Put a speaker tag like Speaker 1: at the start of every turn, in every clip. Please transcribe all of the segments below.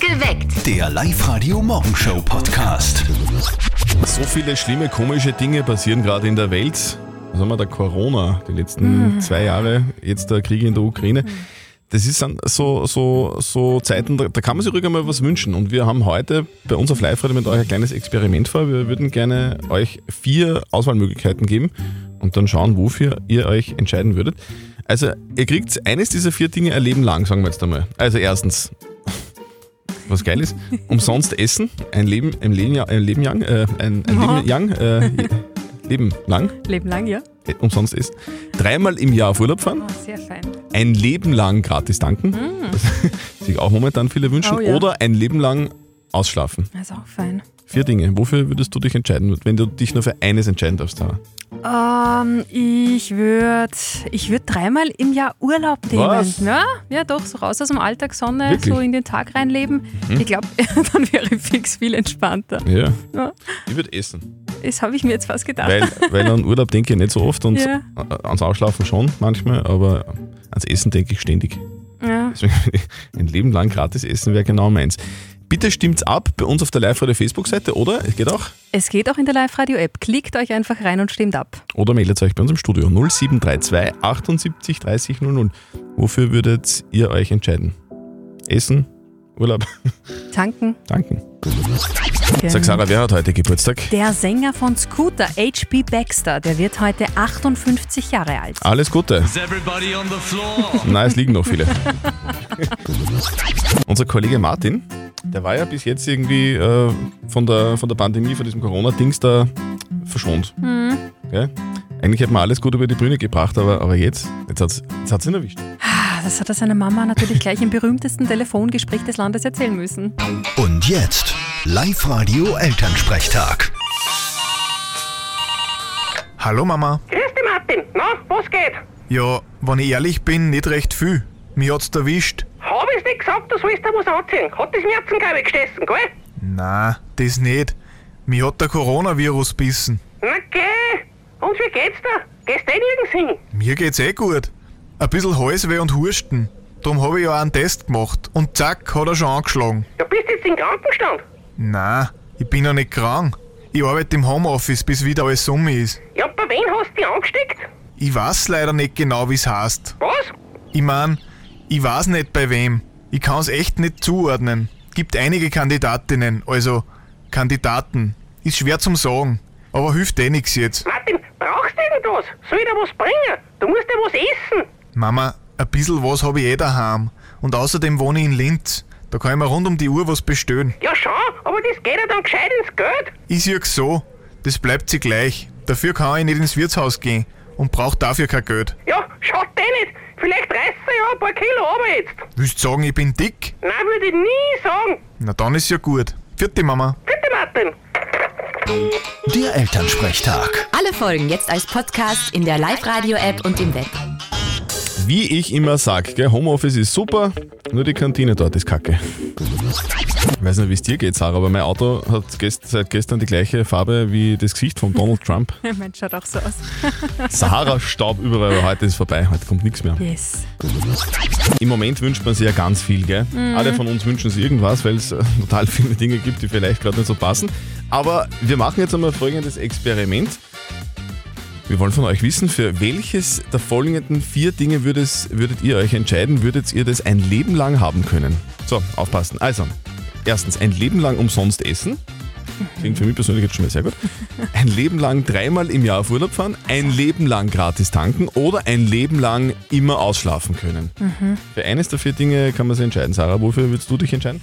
Speaker 1: Geweckt.
Speaker 2: Der Live-Radio-Morgenshow-Podcast.
Speaker 3: So viele schlimme, komische Dinge passieren gerade in der Welt. Was haben wir da? Corona, die letzten zwei Jahre, jetzt der Krieg in der Ukraine. Das ist dann so, so, so Zeiten, da, da kann man sich ruhig einmal was wünschen. Und wir haben heute bei uns auf live mit euch ein kleines Experiment vor. Wir würden gerne euch vier Auswahlmöglichkeiten geben und dann schauen, wofür ihr euch entscheiden würdet. Also, ihr kriegt eines dieser vier Dinge ein Leben lang, sagen wir jetzt einmal. Also, erstens, was geil ist, umsonst essen, ein Leben, ein Leben, ein Leben lang, äh, ein, ein Leben lang, äh, Leben lang,
Speaker 4: Leben lang, ja.
Speaker 3: äh, umsonst essen. Dreimal im Jahr auf Urlaub fahren,
Speaker 4: Oh, sehr fein.
Speaker 3: ein Leben lang gratis tanken, das sich auch momentan viele wünschen,
Speaker 4: Mm. Oh ja.
Speaker 3: oder ein Leben lang ausschlafen.
Speaker 4: Das ist auch fein.
Speaker 3: Vier Dinge. Wofür würdest du dich entscheiden, wenn du dich nur für eines entscheiden darfst, Tara?
Speaker 4: Ähm, ich würde ich würd dreimal im Jahr Urlaub nehmen.
Speaker 3: Was?
Speaker 4: Ja, ja, doch, so raus aus dem Alltag, Sonne,
Speaker 3: Wirklich? Mhm.
Speaker 4: so in den Tag reinleben. Ich glaube, dann wäre ich fix viel entspannter.
Speaker 3: Ja.
Speaker 4: Ja,
Speaker 3: Ich würde essen.
Speaker 4: das habe ich mir jetzt fast gedacht.
Speaker 3: Weil, weil an Urlaub denke ich nicht so oft und
Speaker 4: Ja.
Speaker 3: ans Ausschlafen schon manchmal, aber ans Essen denke ich ständig.
Speaker 4: ja.
Speaker 3: Deswegen, ein Leben lang gratis essen wäre genau meins. Bitte stimmt's ab bei uns auf der live oder Facebook-Seite, oder? Es geht auch.
Speaker 4: Es geht auch in der Live-Radio-App. Klickt euch einfach rein und stimmt ab.
Speaker 3: Oder meldet euch bei uns im Studio 0732 78 30 00. Wofür würdet ihr euch entscheiden? Essen, Urlaub,
Speaker 4: Tanken.
Speaker 3: danken. Sag Sarah, wer hat heute Geburtstag?
Speaker 4: Der Sänger von Scooter, H.P. Baxter, der wird heute 58 Jahre alt.
Speaker 3: Alles Gute.
Speaker 5: Everybody on the floor.
Speaker 3: Nein, es liegen noch viele. Unser Kollege Martin, der war ja bis jetzt irgendwie äh, von, der, von der Pandemie, von diesem Corona-Dings da verschont. Gell? Eigentlich hätte man alles gut über die Bühne gebracht, aber, aber jetzt, jetzt hat es jetzt hat's ihn erwischt.
Speaker 4: Ah, Das hat er seiner Mama natürlich gleich im berühmtesten Telefongespräch des Landes erzählen müssen.
Speaker 2: Und jetzt Live-Radio Elternsprechtag.
Speaker 6: Hallo Mama.
Speaker 7: Grüß dich, Martin. Na, was geht?
Speaker 6: Ja, wenn ich ehrlich bin, nicht recht viel. Mich hat's da erwischt.
Speaker 7: Hab ich's nicht gesagt, du sollst dir was anziehen. Hat das Merzen, glaube ich, gestessen, gell?
Speaker 6: Na, das nicht. Mich hat der Coronavirus bissen.
Speaker 7: Na, geh. Und wie geht's dir? Gehst du eh nirgends hin?
Speaker 6: Mir geht's eh gut. Ein bisschen Halsweh und Husten. Drum habe ich ja auch einen Test gemacht. Und zack, hat er schon angeschlagen.
Speaker 7: Ja, bist jetzt im Krankenstand.
Speaker 6: Na, ich bin ja nicht krank. Ich arbeite im Homeoffice, bis wieder alles um ist.
Speaker 7: Ja, bei wen hast du dich angesteckt?
Speaker 6: Ich weiß leider nicht genau, wie's heißt.
Speaker 7: Was?
Speaker 6: Ich mein, ich weiß nicht bei wem. Ich kann's echt nicht zuordnen. Gibt einige Kandidatinnen, also Kandidaten. Ist schwer zum Sagen. Aber hilft eh nix jetzt.
Speaker 7: Martin, brauchst du irgendwas? Soll ich dir was bringen? Du musst dir was essen.
Speaker 6: Mama, ein bisschen was hab ich eh daheim. Und außerdem wohne ich in Linz. Da kann ich mir rund um die Uhr was bestellen.
Speaker 7: Ja, schau, aber das geht ja dann gescheit ins Geld.
Speaker 6: Ich sieh's so. Das bleibt sie gleich. Dafür kann ich nicht ins Wirtshaus gehen. Und brauch dafür kein Geld.
Speaker 7: Ja, schaut eh nicht. Vielleicht reißt er ja ein paar Kilo aber jetzt.
Speaker 6: Willst sagen, ich bin dick?
Speaker 7: Nein, würde ich nie sagen.
Speaker 6: Na dann ist ja gut. Vierte Mama.
Speaker 7: Bitte, Martin.
Speaker 2: Der Elternsprechtag.
Speaker 8: Alle Folgen jetzt als Podcast in der Live-Radio-App und im Web.
Speaker 3: Wie ich immer sag, gell, Homeoffice ist super, nur die Kantine dort ist kacke. Ich weiß nicht, wie es dir geht, Sarah, aber mein Auto hat gest seit gestern die gleiche Farbe wie das Gesicht von Donald Trump.
Speaker 4: Der Mensch schaut auch so aus.
Speaker 3: Sahara-Staub überall, aber heute ist vorbei, heute kommt nichts mehr.
Speaker 4: Yes.
Speaker 3: Im Moment wünscht man sich ja ganz viel, gell? Alle von uns wünschen sich irgendwas, weil es äh, total viele Dinge gibt, die vielleicht gerade nicht so passen. Aber wir machen jetzt einmal folgendes Experiment. Wir wollen von euch wissen, für welches der folgenden vier Dinge würdet, würdet ihr euch entscheiden, würdet ihr das ein Leben lang haben können? So, aufpassen. Also, erstens, ein Leben lang umsonst essen. Klingt für mich persönlich jetzt schon mal sehr gut. Ein Leben lang dreimal im Jahr auf Urlaub fahren, ein Leben lang gratis tanken oder ein Leben lang immer ausschlafen können. Für eines der vier Dinge kann man sich entscheiden. Sarah, wofür würdest du dich entscheiden?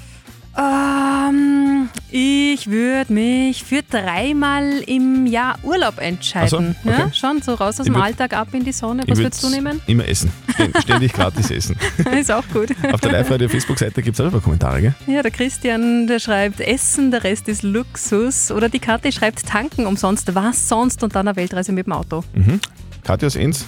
Speaker 4: Ähm, ich würde mich für dreimal im Jahr Urlaub entscheiden.
Speaker 3: Ach so, okay.
Speaker 4: ja, schon so raus aus
Speaker 3: Ich
Speaker 4: dem
Speaker 3: würd-
Speaker 4: Alltag, ab in die Sonne.
Speaker 3: Ich
Speaker 4: Was
Speaker 3: würd's
Speaker 4: würdest du nehmen?
Speaker 3: Immer essen. Ständ- Ständig gratis essen.
Speaker 4: Ist auch gut.
Speaker 3: Auf der Live-Radio-Facebook-Seite gibt es auch ein paar Kommentare, gell?
Speaker 4: Ja, der Christian, der schreibt Essen, der Rest ist Luxus. Oder die Kathi schreibt Tanken umsonst, was sonst und dann eine Weltreise mit dem Auto.
Speaker 3: Hm. Katja aus Enns,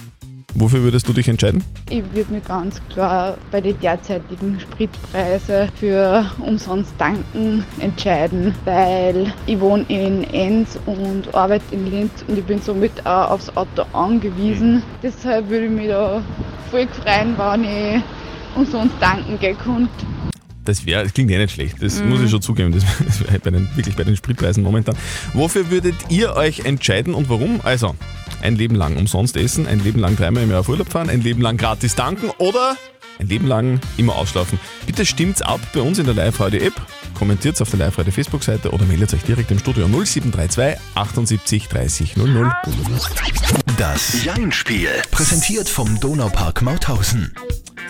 Speaker 3: wofür würdest du dich entscheiden?
Speaker 9: Ich würde mir ganz klar bei den derzeitigen Spritpreisen für umsonst tanken entscheiden, weil ich wohne in Enns und arbeite in Linz und ich bin somit auch aufs Auto angewiesen. Deshalb würde ich mich da voll freuen, wenn ich umsonst tanken gehen könnte.
Speaker 3: Das wäre, das klingt eh nicht schlecht. Das muss ich schon zugeben. Das, das wäre bei den, wirklich bei den Spritpreisen momentan. Wofür würdet ihr euch entscheiden und warum? Also, ein Leben lang umsonst essen, ein Leben lang dreimal im Jahr auf Urlaub fahren, ein Leben lang gratis tanken oder ein Leben lang immer ausschlafen. Bitte stimmt's ab bei uns in der Live-Radio-App, kommentiert's auf der Live-Radio-Facebook-Seite oder meldet euch direkt im Studio 0732 78 30 00.
Speaker 2: Das Jein-Spiel. Präsentiert vom Donaupark Mauthausen.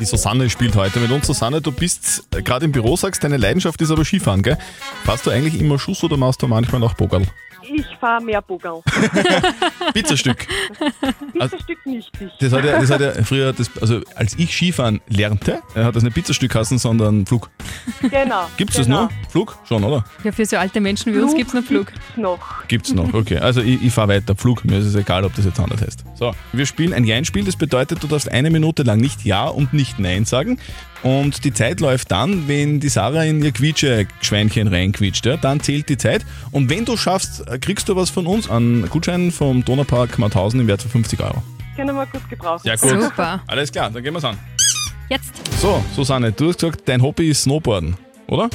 Speaker 3: Die Susanne spielt heute mit uns. Susanne, du bist gerade im Büro, sagst, deine Leidenschaft ist aber Skifahren, gell? Fährst du eigentlich immer Schuss oder machst du manchmal auch Bogerl?
Speaker 1: Ich fahre mehr Bogal.
Speaker 3: Pizzastück.
Speaker 1: Dieses Stück nicht. Ich.
Speaker 3: Also, Das hat ja, das hat ja früher, das, also als ich Skifahren lernte, äh, hat das nicht Pizzastück heißen, sondern Flug.
Speaker 1: Genau.
Speaker 3: Gibt's
Speaker 1: genau.
Speaker 3: das noch? Flug? Schon, oder?
Speaker 4: Ja, für so alte Menschen wie uns gibt es noch Flug.
Speaker 1: Gibt's noch.
Speaker 3: Gibt's noch, okay. Also ich, ich fahre weiter. Flug, mir ist es egal, ob das jetzt anders heißt. So, wir spielen ein Jein-Spiel. Das bedeutet, du darfst eine Minute lang nicht Ja und nicht Nein sagen. Und die Zeit läuft dann, wenn die Sarah in ihr Quietsche-Schweinchen reinquietscht. Ja? Dann zählt die Zeit. Und wenn du schaffst, äh, kriegst du was von uns an Gutschein vom Donaupark Mauthausen im Wert von 50 Euro.
Speaker 1: Können wir gut gebrauchen.
Speaker 3: Sehr gut.
Speaker 4: Super.
Speaker 3: Alles klar, dann gehen wir's an.
Speaker 4: Jetzt.
Speaker 3: So, Susanne, du hast gesagt, dein Hobby ist Snowboarden, oder?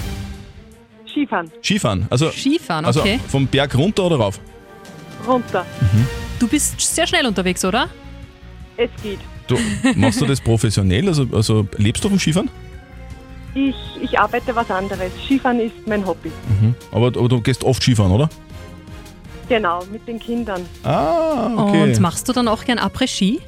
Speaker 1: Skifahren.
Speaker 3: Skifahren. Also,
Speaker 4: Skifahren,
Speaker 3: also
Speaker 4: okay.
Speaker 3: vom Berg runter oder rauf?
Speaker 1: Runter.
Speaker 4: Du bist sehr schnell unterwegs, oder?
Speaker 1: Es geht.
Speaker 3: Du, machst du das professionell? Also, also lebst du vom Skifahren?
Speaker 1: Ich, ich arbeite was anderes. Skifahren ist mein Hobby.
Speaker 3: Aber, aber du gehst oft Skifahren, oder?
Speaker 1: Genau, mit den Kindern.
Speaker 3: Ah, okay.
Speaker 4: Und machst du dann auch gern Après-Ski?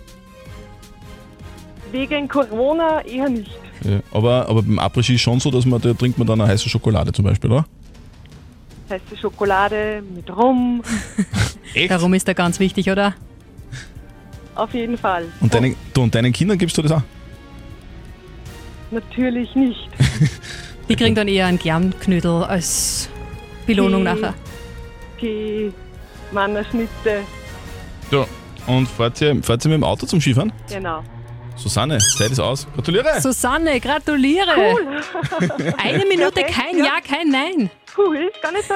Speaker 1: Wegen Corona eher nicht.
Speaker 3: ja, aber, aber beim Après-Ski ist schon so, dass man, da trinkt man dann eine heiße Schokolade zum Beispiel, oder?
Speaker 1: Das heißt, die Schokolade mit Rum.
Speaker 3: Echt?
Speaker 4: Darum ist er ganz wichtig, oder?
Speaker 1: Auf jeden Fall.
Speaker 3: Und, deinen,
Speaker 4: Oh.
Speaker 3: du, und deinen Kindern gibst du das auch?
Speaker 1: Natürlich nicht.
Speaker 4: Die kriegen dann eher einen Germknödel als Belohnung
Speaker 1: Die-
Speaker 4: nachher.
Speaker 1: Die Mannerschnitte.
Speaker 3: Ja. Und fahrt ihr, fahrt ihr mit dem Auto zum Skifahren?
Speaker 1: Genau.
Speaker 3: Susanne, Zeit ist aus. Gratuliere!
Speaker 4: Susanne, gratuliere! Eine Minute kein Ja, kein Nein.
Speaker 1: Cool, ist gar nicht so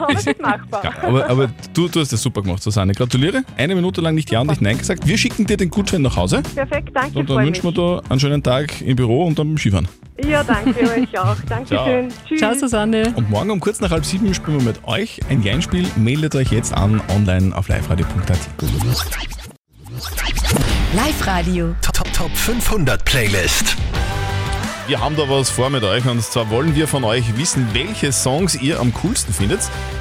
Speaker 1: aber es ist machbar.
Speaker 3: Aber, aber du, du hast das super gemacht, Susanne. Gratuliere. Eine Minute lang nicht Ja und nicht Nein gesagt. Wir schicken dir den Gutschein nach Hause
Speaker 1: Perfekt, danke.
Speaker 3: und dann
Speaker 1: freu
Speaker 3: wünschen wir dir
Speaker 1: mich.
Speaker 3: einen schönen Tag im Büro und am Skifahren.
Speaker 1: Ja, danke euch auch. Dankeschön. Tschüss.
Speaker 4: Ciao, Susanne.
Speaker 3: Und morgen um kurz nach halb sieben spielen wir mit euch ein Jein-Spiel. Meldet euch jetzt an online auf liveradio.at.
Speaker 8: Live-Radio.
Speaker 2: Top, Top, Top 500 Playlist.
Speaker 3: Wir haben da was vor mit euch und zwar wollen wir von euch wissen, welche Songs ihr am coolsten findet.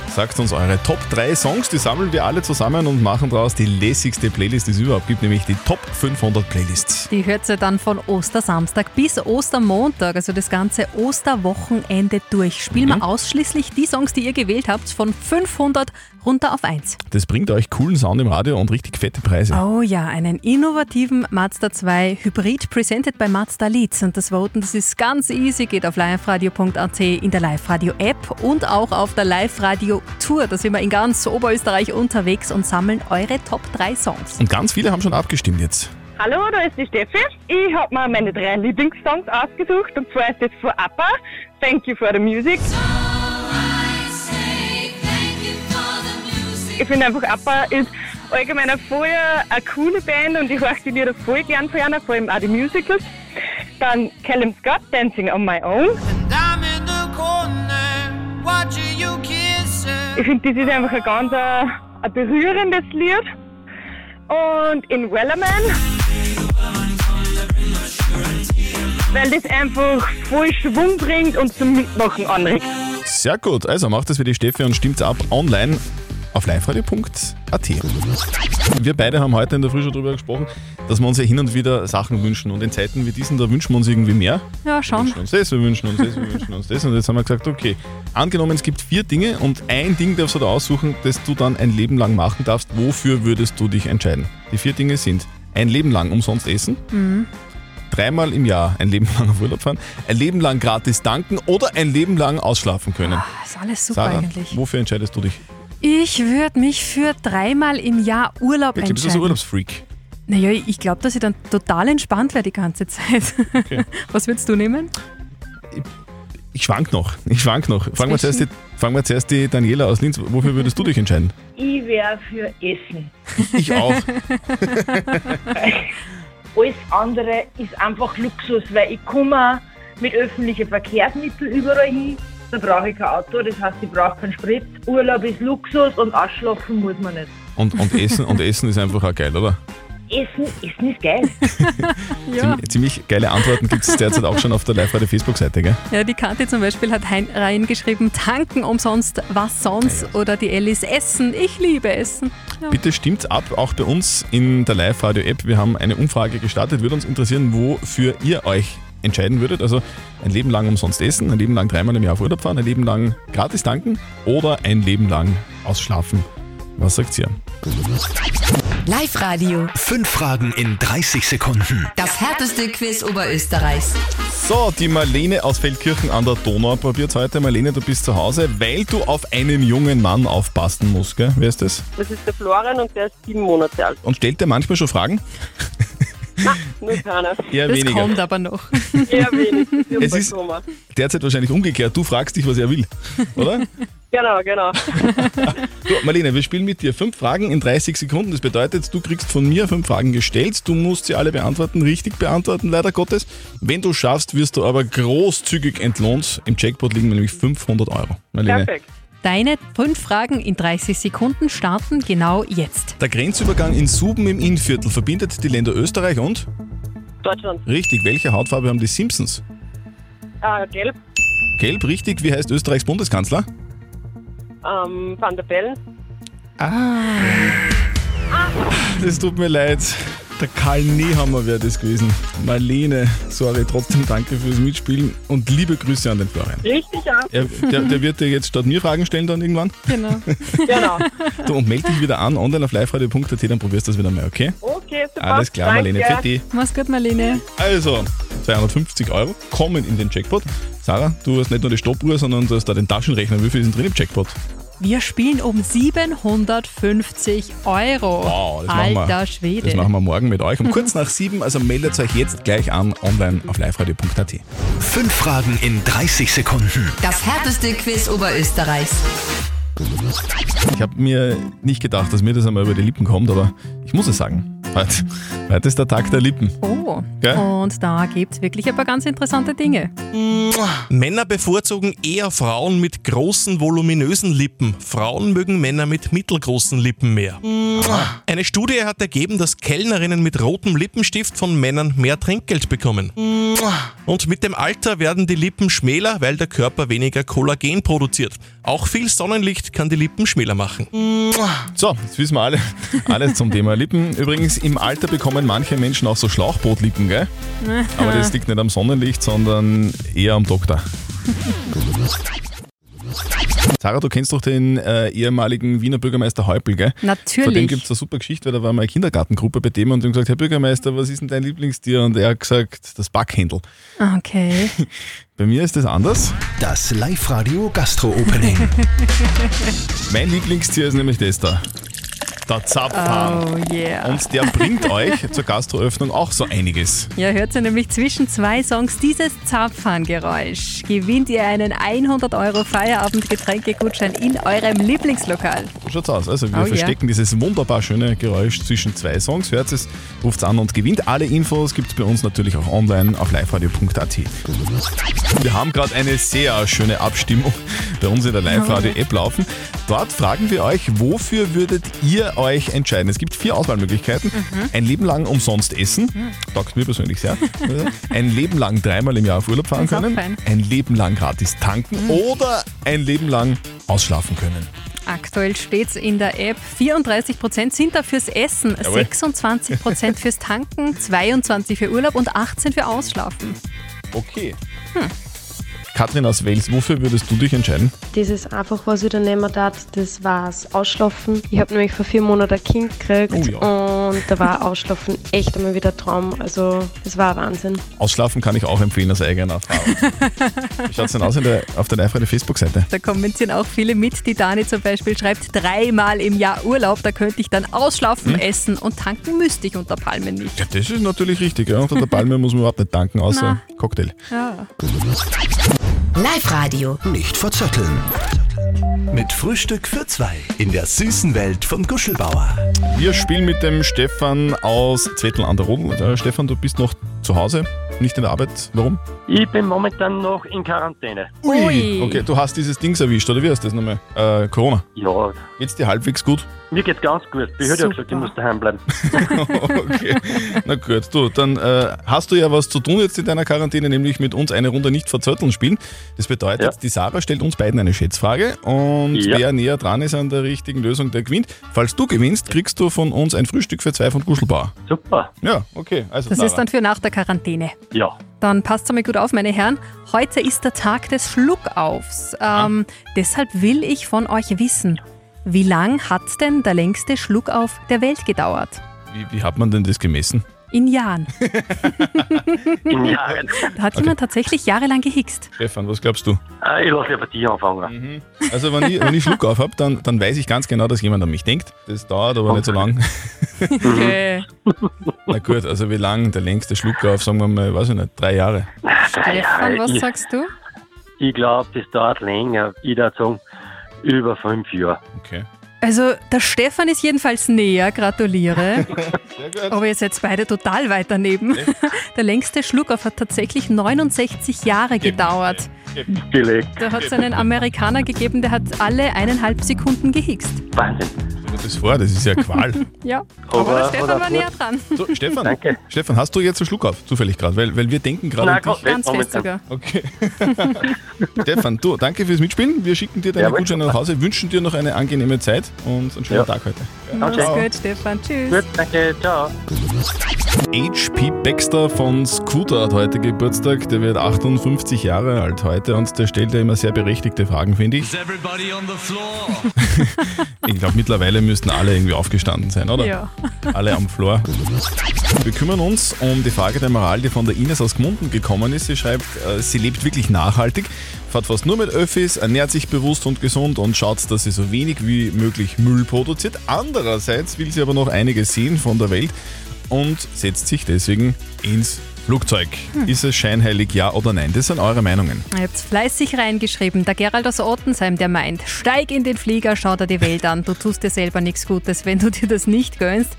Speaker 3: Sagt uns eure Top 3 Songs, die sammeln wir alle zusammen und machen daraus die lässigste Playlist, die es überhaupt gibt, nämlich die Top 500 Playlist.
Speaker 4: Die hört sie dann von Ostersamstag bis Ostermontag, also das ganze Osterwochenende durch. Spielen wir ausschließlich die Songs, die ihr gewählt habt, von 500 runter auf 1.
Speaker 3: Das bringt euch coolen Sound im Radio und richtig fette Preise.
Speaker 4: Oh ja, einen innovativen Mazda 2 Hybrid presented by Mazda Leads. Und das Voten, das ist ganz easy, geht auf liveradio.at in der Live-Radio-App und auch auf der Live-Radio-Tour. Da sind wir in ganz Oberösterreich unterwegs und sammeln eure Top 3 Songs.
Speaker 3: Und ganz viele haben schon abgestimmt jetzt.
Speaker 1: Hallo, da ist die Steffi. Ich habe mir meine drei Lieblingssongs ausgesucht und zwar ist das von ABBA, Thank You for the Music. Ich finde einfach, ABBA ist allgemein eine voll eine coole Band und ich höre die Lieder voll gern von ihnen, vor allem auch die Musicals. Dann Callum Scott, Dancing on My Own. Ich finde, das ist einfach ein ganz äh, ein berührendes Lied. Und in Wellerman. Weil das einfach voll Schwung bringt und zum Mitmachen anregt.
Speaker 3: Sehr gut, also macht das wie die Steffi und stimmt ab online auf liveradio.at. Wir beide haben heute in der Früh schon darüber gesprochen, dass wir uns ja hin und wieder Sachen wünschen und in Zeiten wie diesen, da wünschen wir uns irgendwie mehr.
Speaker 4: Ja, schauen.
Speaker 3: wünschen uns das, wir wünschen uns das, wir wünschen uns das. Und jetzt haben wir gesagt, okay, angenommen, es gibt vier Dinge und ein Ding darfst du da aussuchen, das du dann ein Leben lang machen darfst. Wofür würdest du dich entscheiden? Die vier Dinge sind ein Leben lang umsonst essen, dreimal im Jahr ein Leben lang auf Urlaub fahren, ein Leben lang gratis danken oder ein Leben lang ausschlafen können.
Speaker 4: Das ist alles super
Speaker 3: Sarah,
Speaker 4: eigentlich.
Speaker 3: wofür entscheidest du dich?
Speaker 4: Ich würde mich für dreimal im Jahr Urlaub
Speaker 3: Wirklich, bist du so
Speaker 4: entscheiden.
Speaker 3: ein Urlaubsfreak?
Speaker 4: Naja, ich glaube, dass ich dann total entspannt wäre die ganze Zeit. Was würdest du nehmen?
Speaker 3: Ich schwank noch, ich schwank noch. Fangen wir zuerst die, fangen wir zuerst die Daniela aus Linz. Wofür würdest du dich entscheiden?
Speaker 5: Ich wäre für Essen.
Speaker 3: Ich auch.
Speaker 5: Alles andere ist einfach Luxus, weil ich komme mit öffentlichen Verkehrsmitteln überall hin. Da brauche ich kein Auto, das heißt, ich brauche keinen Sprit. Urlaub ist Luxus und ausschlafen muss man nicht.
Speaker 3: Und, und, Essen, und Essen ist einfach auch geil, oder?
Speaker 5: Essen, Essen ist geil.
Speaker 4: Ja.
Speaker 3: Ziem- Ziemlich geile Antworten gibt es derzeit auch schon auf der Live-Radio-Facebook-Seite, gell?
Speaker 4: Ja, die Kati zum Beispiel hat hein- reingeschrieben, tanken umsonst, was sonst? Oder die Alice, essen, ich liebe Essen. Ja.
Speaker 3: Bitte stimmt's ab, auch bei uns in der Live-Radio-App. Wir haben eine Umfrage gestartet. Würde uns interessieren, wofür ihr euch entscheiden würdet. Also ein Leben lang umsonst essen, ein Leben lang dreimal im Jahr auf Urlaub fahren, ein Leben lang gratis tanken oder ein Leben lang ausschlafen. Was sagt ihr?
Speaker 8: Live-Radio.
Speaker 2: Fünf Fragen in 30 Sekunden.
Speaker 8: Das härteste Quiz Oberösterreichs.
Speaker 3: So, die Marlene aus Feldkirchen an der Donau probiert heute. Marlene, du bist zu Hause, weil du auf einen jungen Mann aufpassen musst, gell? Wer ist das?
Speaker 1: Das ist der Florian und der ist sieben Monate alt.
Speaker 3: Und stellt dir manchmal schon Fragen?
Speaker 1: Nur keiner.
Speaker 3: Eher
Speaker 4: Das
Speaker 3: weniger.
Speaker 4: kommt aber noch.
Speaker 1: Eher wenig.
Speaker 3: Es ist- Derzeit wahrscheinlich umgekehrt. Du fragst dich, was er will, oder?
Speaker 1: Genau, genau.
Speaker 3: Du, Marlene, wir spielen mit dir fünf Fragen in 30 Sekunden. Das bedeutet, du kriegst von mir fünf Fragen gestellt. Du musst sie alle beantworten, richtig beantworten, leider Gottes. Wenn du schaffst, wirst du aber großzügig entlohnt. Im Jackpot liegen nämlich 500 Euro. Marlene,
Speaker 1: Perfekt.
Speaker 4: Deine fünf Fragen in 30 Sekunden starten genau jetzt.
Speaker 3: der Grenzübergang in Suben im Innviertel verbindet die Länder Österreich und?
Speaker 1: Deutschland.
Speaker 3: Richtig, welche Hautfarbe haben die Simpsons?
Speaker 1: Ah, gelb.
Speaker 3: Gelb, richtig. Wie heißt Österreichs Bundeskanzler?
Speaker 1: Ähm, Van der Bellen.
Speaker 3: Das tut mir leid. Der Karl Nehammer wäre das gewesen. Marlene, sorry, trotzdem danke fürs Mitspielen und liebe Grüße an den Florian.
Speaker 1: Richtig, ja.
Speaker 3: Er, der, der wird dir jetzt statt mir Fragen stellen dann irgendwann.
Speaker 4: Genau.
Speaker 1: Genau.
Speaker 3: Du, und melde dich wieder an, online auf liveradio.at, dann probierst du das wieder mal, okay?
Speaker 1: Okay, super.
Speaker 3: Alles klar, Marlene,
Speaker 1: Danke.
Speaker 3: Fetti.
Speaker 4: Mach's gut, Marlene.
Speaker 3: Also, 250 Euro kommen in den Jackpot. Sarah, du hast nicht nur die Stoppuhr, sondern du hast da den Taschenrechner. Wie viel ist denn drin im Jackpot?
Speaker 4: Wir spielen um 750 Euro.
Speaker 3: Wow, das machen wir.
Speaker 4: Alter Schwede.
Speaker 3: Das machen wir morgen mit euch um kurz nach sieben. Also meldet euch jetzt gleich an, online auf liveradio.at.
Speaker 2: Fünf Fragen in 30 Sekunden.
Speaker 8: Das härteste Quiz Oberösterreichs.
Speaker 3: Ich habe mir nicht gedacht, dass mir das einmal über die Lippen kommt, aber ich muss es sagen. Heute, heute ist der Tag der Lippen.
Speaker 4: Oh,
Speaker 3: Gell?
Speaker 4: und da gibt's wirklich ein paar ganz interessante Dinge.
Speaker 10: Männer bevorzugen eher Frauen mit großen, voluminösen Lippen. Frauen mögen Männer mit mittelgroßen Lippen mehr. Eine Studie hat ergeben, dass Kellnerinnen mit rotem Lippenstift von Männern mehr Trinkgeld bekommen. Und mit dem Alter werden die Lippen schmäler, weil der Körper weniger Kollagen produziert. Auch viel Sonnenlicht kann die Lippen schmäler machen.
Speaker 3: So, jetzt wissen wir alle alles zum Thema Lippen. Übrigens, im Alter bekommen manche Menschen auch so Schlauchbootlippen, gell? Aber das liegt nicht am Sonnenlicht, sondern eher am Doktor. Sarah, du kennst doch den äh, ehemaligen Wiener Bürgermeister Häupl, gell? Von dem
Speaker 4: Natürlich.
Speaker 3: gibt es eine super Geschichte, weil da war mal eine Kindergartengruppe bei dem und die haben gesagt, Herr Bürgermeister, was ist denn dein Lieblingstier? Und er hat gesagt, das Backhändel.
Speaker 4: Okay.
Speaker 3: Bei mir ist das anders.
Speaker 2: Das Live-Radio Gastro-Opening.
Speaker 3: Mein Lieblingstier ist nämlich das da. Der Zapfhahn.
Speaker 4: Oh yeah.
Speaker 3: Und der bringt euch zur Gastroöffnung auch so einiges.
Speaker 4: Ja, hört ihr nämlich zwischen zwei Songs dieses Zapfhahn-Geräusch, gewinnt ihr einen 100 Euro Feierabendgetränkegutschein in eurem Lieblingslokal.
Speaker 3: So schaut's aus. Also wir
Speaker 4: Oh ja.
Speaker 3: verstecken dieses wunderbar schöne Geräusch zwischen zwei Songs. Hört es, ruft's an und gewinnt. Alle Infos gibt's bei uns natürlich auch online auf liveradio.at. Wir haben gerade eine sehr schöne Abstimmung bei uns in der Live-Radio-App laufen. Dort fragen wir euch, wofür würdet ihr euch entscheiden? Es gibt vier Auswahlmöglichkeiten.
Speaker 4: Mhm.
Speaker 3: Ein Leben lang umsonst essen, taugt mir persönlich sehr. ein Leben lang dreimal im Jahr auf Urlaub fahren
Speaker 4: Ist auch
Speaker 3: können.
Speaker 4: fein. Mhm.
Speaker 3: Ein Leben lang gratis tanken oder ein Leben lang ausschlafen können.
Speaker 4: Aktuell steht's in der App. 34% sind da fürs Essen,
Speaker 3: Jawohl.
Speaker 4: 26% fürs Tanken, 22% für Urlaub und 18% für Ausschlafen.
Speaker 3: Okay. Katrin aus Wales, wofür würdest du dich entscheiden?
Speaker 11: Das ist einfach, was ich da nehmen darf, das war's. Ausschlafen. Ich habe nämlich vor vier Monaten ein Kind gekriegt
Speaker 3: Oh ja.
Speaker 11: und da war Ausschlafen echt einmal wieder ein Traum. Also, das war ein Wahnsinn.
Speaker 3: Ausschlafen kann ich auch empfehlen aus eigener Erfahrung. Wie schaut's denn aus in der, auf der live Facebook-Seite?
Speaker 4: Da kommentieren auch viele mit. Die Dani zum Beispiel schreibt, dreimal im Jahr Urlaub, da könnte ich dann ausschlafen,
Speaker 3: Hm?
Speaker 4: essen und tanken müsste ich unter Palmen nicht.
Speaker 3: Ja, das ist natürlich richtig. Ja. Unter der Palme muss man überhaupt nicht danken, außer
Speaker 4: Na.
Speaker 3: Cocktail.
Speaker 4: Ja.
Speaker 8: Live-Radio.
Speaker 2: Nicht verzetteln. Mit Frühstück für zwei. In der süßen Welt von Guschelbauer.
Speaker 3: Wir spielen mit dem Stefan aus Zettel an der Rodel. Äh, Stefan, du bist noch zu Hause. nicht in der Arbeit? Warum?
Speaker 12: Ich bin momentan noch in Quarantäne.
Speaker 3: Okay, du hast dieses Dings erwischt, oder wie heißt das nochmal? Äh, Corona.
Speaker 12: Ja.
Speaker 3: Geht's dir halbwegs gut?
Speaker 12: Mir geht's ganz gut. Ich hätte ja gesagt, ich muss daheim bleiben.
Speaker 3: Na gut, du, dann äh, hast du ja was zu tun jetzt in deiner Quarantäne, nämlich mit uns eine Runde nicht verzötteln spielen. Das bedeutet, die Sarah stellt uns beiden eine Schätzfrage und
Speaker 12: Ja.
Speaker 3: wer näher dran ist an der richtigen Lösung, der gewinnt. Falls du gewinnst, kriegst du von uns ein Frühstück für zwei von Guschelbauer.
Speaker 12: Super.
Speaker 3: Ja, okay. Also
Speaker 4: Das
Speaker 3: Sarah.
Speaker 4: ist dann für nach der Quarantäne.
Speaker 12: Ja.
Speaker 4: Dann passt einmal gut auf, meine Herren. Heute ist der Tag des Schluckaufs.
Speaker 12: Ah.
Speaker 4: Ähm, Deshalb will ich von euch wissen, wie lang hat denn der längste Schluckauf der Welt gedauert?
Speaker 3: Wie, wie hat man denn das gemessen?
Speaker 4: In Jahren.
Speaker 12: In Jahren.
Speaker 4: Da hat jemand tatsächlich jahrelang gehixt.
Speaker 3: Stefan, was glaubst du?
Speaker 12: Ah, Ich lasse lieber die anfangen.
Speaker 3: Also wenn ich, wenn ich Schluck auf habe, dann, dann weiß ich ganz genau, dass jemand an mich denkt. Das dauert aber nicht so lang.
Speaker 12: Mhm.
Speaker 4: Okay.
Speaker 3: Na gut, also wie lang der längste Schluck auf, sagen wir mal, weiß ich nicht, drei Jahre.
Speaker 4: Stefan, was
Speaker 12: ich
Speaker 4: sagst du?
Speaker 12: ich glaube, das dauert länger. Ich würde sagen, über fünf Jahre.
Speaker 3: Okay.
Speaker 4: Also, der Stefan ist jedenfalls näher, gratuliere. Aber ihr seid beide total weit daneben. Der längste Schluckauf hat tatsächlich 69 Jahre
Speaker 12: Genau.
Speaker 4: gedauert.
Speaker 12: Gelegt.
Speaker 4: Da hat es einen Amerikaner gegeben, der hat alle eineinhalb Sekunden gehixt.
Speaker 12: Wahnsinn.
Speaker 3: Das vor, das ist ja Qual.
Speaker 4: Ja, aber
Speaker 3: Aber-
Speaker 4: der Stefan
Speaker 3: aber-
Speaker 4: war näher dran.
Speaker 3: So, Stefan, Stefan, hast du jetzt einen Schluck auf, zufällig gerade? Weil, weil wir denken gerade
Speaker 4: Nein,
Speaker 3: an dich.
Speaker 4: ganz fest sogar.
Speaker 3: Okay. Stefan, du, danke fürs Mitspielen. Wir schicken dir deine
Speaker 4: Jawohl.
Speaker 3: Gutscheine nach Hause, wünschen dir noch eine angenehme Zeit und einen schönen
Speaker 12: Ja.
Speaker 3: Tag heute.
Speaker 4: Mach's
Speaker 3: Ciao.
Speaker 4: gut, Stefan. Tschüss.
Speaker 12: Gut, danke. Ciao.
Speaker 3: HP Baxter von Scooter hat heute Geburtstag. Der wird 58 Jahre alt heute und der stellt ja immer sehr berechtigte Fragen, finde ich.
Speaker 13: everybody on the floor?
Speaker 3: Ich glaube, mittlerweile müssten alle irgendwie aufgestanden sein, oder?
Speaker 13: Ja.
Speaker 3: Alle am Floor. Wir kümmern uns um die Frage der Moral, die von der Ines aus Gmunden gekommen ist. Sie schreibt, äh, sie lebt wirklich nachhaltig, fährt fast nur mit Öffis, ernährt sich bewusst und gesund und schaut, dass sie so wenig wie möglich Müll produziert. Andererseits will sie aber noch einiges sehen von der Welt und setzt sich deswegen ins Flugzeug.
Speaker 4: Hm.
Speaker 3: Ist es scheinheilig, ja oder nein? Das sind eure Meinungen.
Speaker 4: Ihr habt's fleißig reingeschrieben. Der Gerald aus Ottensheim, der meint, steig in den Flieger, schau dir die Welt an. Du tust dir selber nichts Gutes, wenn du dir das nicht gönnst.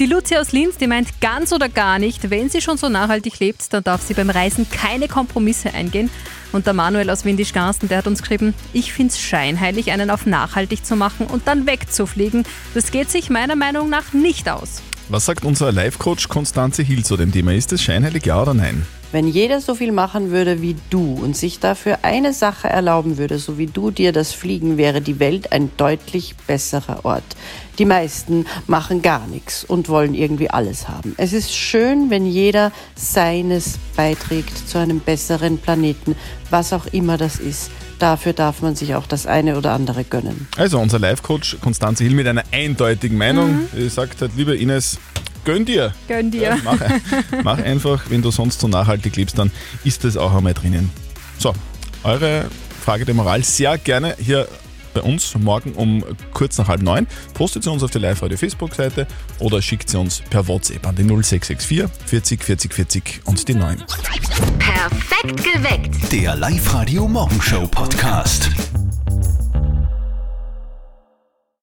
Speaker 4: Die Lucia aus Linz, die meint ganz oder gar nicht, wenn sie schon so nachhaltig lebt, dann darf sie beim Reisen keine Kompromisse eingehen. Und der Manuel aus Windischgarsten, der hat uns geschrieben, ich find's scheinheilig, einen auf nachhaltig zu machen und dann wegzufliegen. Das geht sich meiner Meinung nach nicht aus.
Speaker 3: Was sagt unser Life-Coach Konstanze Hill zu dem Thema? Ist es scheinheilig, ja oder nein?
Speaker 14: Wenn jeder so viel machen würde wie du und sich dafür eine Sache erlauben würde, so wie du dir das Fliegen, wäre die Welt ein deutlich besserer Ort. Die meisten machen gar nichts und wollen irgendwie alles haben. Es ist schön, wenn jeder seines beiträgt zu einem besseren Planeten, was auch immer das ist. Dafür darf man sich auch das eine oder andere gönnen.
Speaker 3: Also unser Live-Coach Konstanze Hill mit einer eindeutigen Meinung äh, sagt halt, liebe Ines, gönn dir.
Speaker 4: Gönn dir.
Speaker 3: mach, mach einfach, wenn du sonst so nachhaltig lebst, dann ist das auch einmal drinnen. So, eure Frage der Moral sehr gerne hier bei uns morgen um kurz nach halb neun. Postet sie uns auf der Live-Radio Facebook-Seite oder schickt sie uns per WhatsApp an die 0664 40 40 40 und die 9.
Speaker 8: Perfekt geweckt.
Speaker 2: Der Live-Radio Morgenshow Podcast.